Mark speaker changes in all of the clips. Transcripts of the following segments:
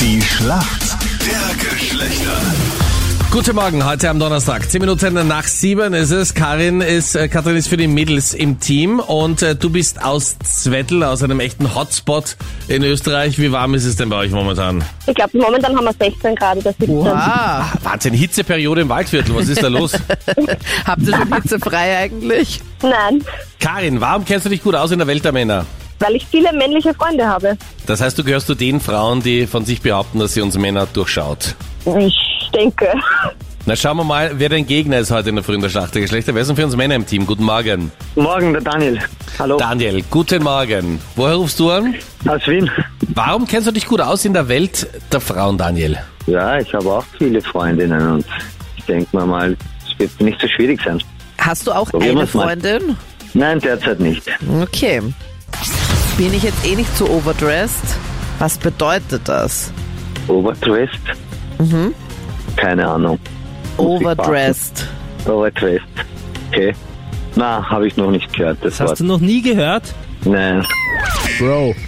Speaker 1: Schlacht der Geschlechter.
Speaker 2: Guten Morgen, heute am Donnerstag. Zehn Minuten nach sieben ist es. Karin ist, äh, Katrin ist für die Mädels im Team und äh, du bist aus Zwettl, aus einem echten Hotspot in Österreich. Wie warm ist es denn bei euch momentan?
Speaker 3: Ich glaube, momentan haben wir 16 Grad oder 17.
Speaker 4: Oha.
Speaker 2: Wahnsinn, Hitzeperiode im Waldviertel. Was ist da los?
Speaker 4: Habt ihr schon hitzefrei eigentlich?
Speaker 3: Nein,
Speaker 2: Karin, warum kennst du dich gut aus in der Welt der Männer?
Speaker 3: weil ich viele männliche Freunde habe.
Speaker 2: Das heißt, du gehörst zu den Frauen, die von sich behaupten, dass sie uns Männer durchschaut.
Speaker 3: Ich denke.
Speaker 2: Na, schauen wir mal, wer dein Gegner ist heute in der frühen der Schlacht der Geschlechter. Wer sind für uns Männer im Team? Guten Morgen.
Speaker 5: Morgen, der Daniel. Hallo.
Speaker 2: Daniel, guten Morgen. Woher rufst du an?
Speaker 5: Aus Wien.
Speaker 2: Warum kennst du dich gut aus in der Welt der Frauen, Daniel?
Speaker 5: Ja, ich habe auch viele Freundinnen und ich denke mir mal, es wird nicht so schwierig sein.
Speaker 4: Hast du auch
Speaker 5: Probieren
Speaker 4: eine
Speaker 5: wir's mal.
Speaker 4: Freundin?
Speaker 5: Nein, derzeit nicht.
Speaker 4: Okay. Bin ich jetzt eh nicht so overdressed? Was bedeutet das?
Speaker 5: Overdressed? Mhm. Keine Ahnung. Muss ich
Speaker 4: Overdressed.
Speaker 5: warten. Overdressed. Okay. Na, habe ich noch nicht gehört, das,
Speaker 6: Hast
Speaker 5: Wort.
Speaker 6: du noch nie gehört?
Speaker 5: Nein.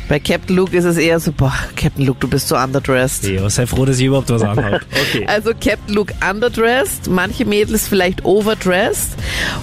Speaker 4: Bei Captain Luke ist es eher so, boah, Captain Luke, du bist so underdressed.
Speaker 6: Theo, sei froh, dass ich überhaupt was anhabe. Okay.
Speaker 4: Also Captain Luke underdressed, manche Mädels vielleicht overdressed.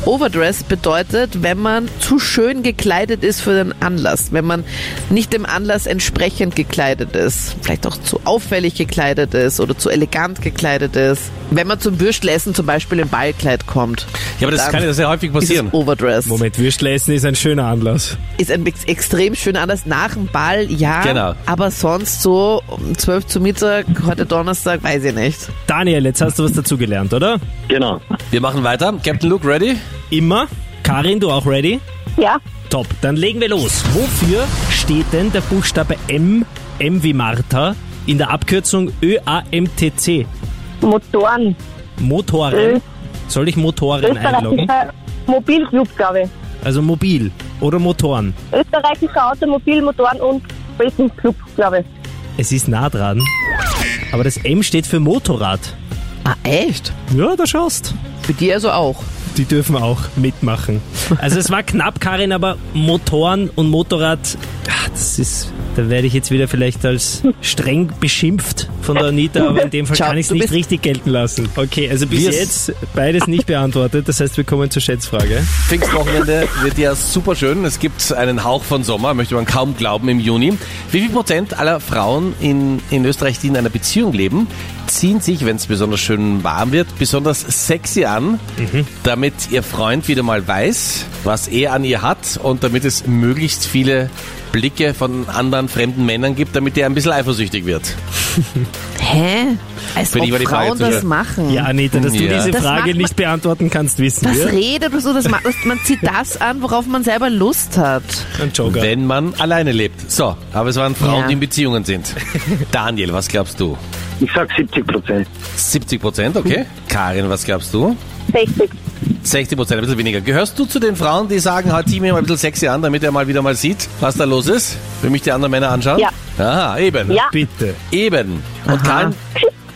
Speaker 4: Overdressed bedeutet, wenn man zu schön gekleidet ist für den Anlass, wenn man nicht dem Anlass entsprechend gekleidet ist, vielleicht auch zu auffällig gekleidet ist oder zu elegant gekleidet ist. Wenn man zum Würstelessen zum Beispiel im Ballkleid kommt,
Speaker 2: Ja, aber das
Speaker 4: Dann
Speaker 2: kann ja sehr häufig
Speaker 4: ist
Speaker 2: passieren.
Speaker 4: es overdressed.
Speaker 6: Moment, Würstel essen ist ein schöner Anlass.
Speaker 4: Ist ein ex- extrem schön anders nach dem Ball, ja.
Speaker 2: Genau.
Speaker 4: Aber sonst so um 12 zu Mittag, heute Donnerstag, weiß ich nicht.
Speaker 6: Daniel, jetzt hast du was dazugelernt, oder?
Speaker 5: Genau.
Speaker 2: Wir machen weiter. Captain Luke, ready?
Speaker 6: Immer. Karin, du auch ready?
Speaker 3: Ja,
Speaker 6: Top, dann legen wir los. Wofür steht denn der Buchstabe M, M wie Martha, in der Abkürzung ÖAMTC?
Speaker 3: Motoren.
Speaker 6: Motoren.
Speaker 3: Ö.
Speaker 6: Soll ich Motoren einloggen?
Speaker 3: Österreichischer Mobilclub, glaube ich.
Speaker 6: Also mobil oder Motoren.
Speaker 3: Österreichischer Automobil-, Motoren- und Racing-Club, glaube ich.
Speaker 6: Es ist nah dran. Aber das M steht für Motorrad.
Speaker 4: Ah, echt?
Speaker 6: Ja, da schaust.
Speaker 4: Für die also auch.
Speaker 6: Die dürfen auch mitmachen. Also es war knapp, Karin, aber Motoren und Motorrad, ah, das ist, da werde ich jetzt wieder vielleicht als streng beschimpft von der Anita, aber in dem Fall
Speaker 4: Ciao,
Speaker 6: kann ich es
Speaker 4: du
Speaker 6: nicht
Speaker 4: bist-
Speaker 6: richtig gelten lassen. Okay, also bis
Speaker 2: Wir-
Speaker 6: jetzt beides nicht beantwortet, das heißt, wir kommen zur Schätzfrage.
Speaker 2: Pfingstwochenende wird ja super schön. Es gibt einen Hauch von Sommer, möchte man kaum glauben, im Juni. Wie viel Prozent aller Frauen in, in Österreich, die in einer Beziehung leben, ziehen sich, wenn es besonders schön warm wird, besonders sexy an, damit ihr Freund wieder mal weiß, was er an ihr hat und damit es möglichst viele Blicke von anderen fremden Männern gibt, damit er ein bisschen eifersüchtig wird.
Speaker 4: Hä? Als
Speaker 2: Für die war
Speaker 4: ob
Speaker 2: die Frage
Speaker 4: Frauen
Speaker 2: zu
Speaker 4: das
Speaker 2: schnell.
Speaker 4: machen.
Speaker 6: Ja, Anita, dass du
Speaker 2: Ja.
Speaker 6: diese
Speaker 4: Das macht
Speaker 6: Frage
Speaker 4: man-
Speaker 6: nicht beantworten kannst, wissen
Speaker 4: Was
Speaker 6: wir.
Speaker 4: redet du so? Das macht, man zieht das an, worauf man selber Lust hat.
Speaker 6: Ein Jogger.
Speaker 2: Wenn man alleine lebt. So, aber es waren Frauen,
Speaker 4: Ja.
Speaker 2: die in Beziehungen sind. Daniel, was glaubst du?
Speaker 5: Ich sag 70 Prozent.
Speaker 2: 70 Prozent, okay. Karin, was glaubst du?
Speaker 3: 60.
Speaker 2: 60 Prozent, ein bisschen weniger. Gehörst du zu den Frauen, die sagen, halt zieh mir mal ein bisschen sexy an, damit er mal wieder mal sieht, was da los ist? Will mich die anderen Männer anschauen?
Speaker 3: Ja.
Speaker 2: Aha, eben.
Speaker 3: Ja.
Speaker 6: Bitte.
Speaker 2: Eben. Und Karin,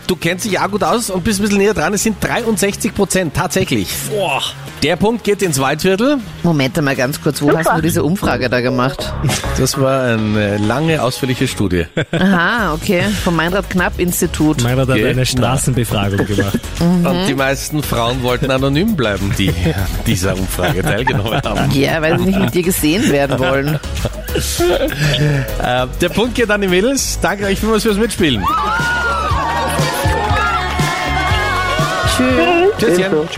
Speaker 2: du kennst dich ja gut aus und bist ein bisschen näher dran. Es sind 63 Prozent, tatsächlich.
Speaker 6: Boah.
Speaker 2: Der Punkt geht ins Waldviertel.
Speaker 4: Moment einmal ganz kurz, wo hast du diese Umfrage da gemacht?
Speaker 2: Das war eine lange, ausführliche Studie.
Speaker 4: Aha, okay. Vom Meinrad-Knapp-Institut.
Speaker 6: Meiner hat
Speaker 2: Genau.
Speaker 6: eine Straßenbefragung gemacht.
Speaker 2: Und die meisten Frauen wollten anonym bleiben, die dieser Umfrage teilgenommen haben.
Speaker 4: Ja, weil sie nicht mit dir gesehen werden wollen.
Speaker 2: Äh, der Punkt geht an die Mädels. Danke euch vielmals fürs Mitspielen.
Speaker 4: Tschüss.
Speaker 2: Tschüsschen.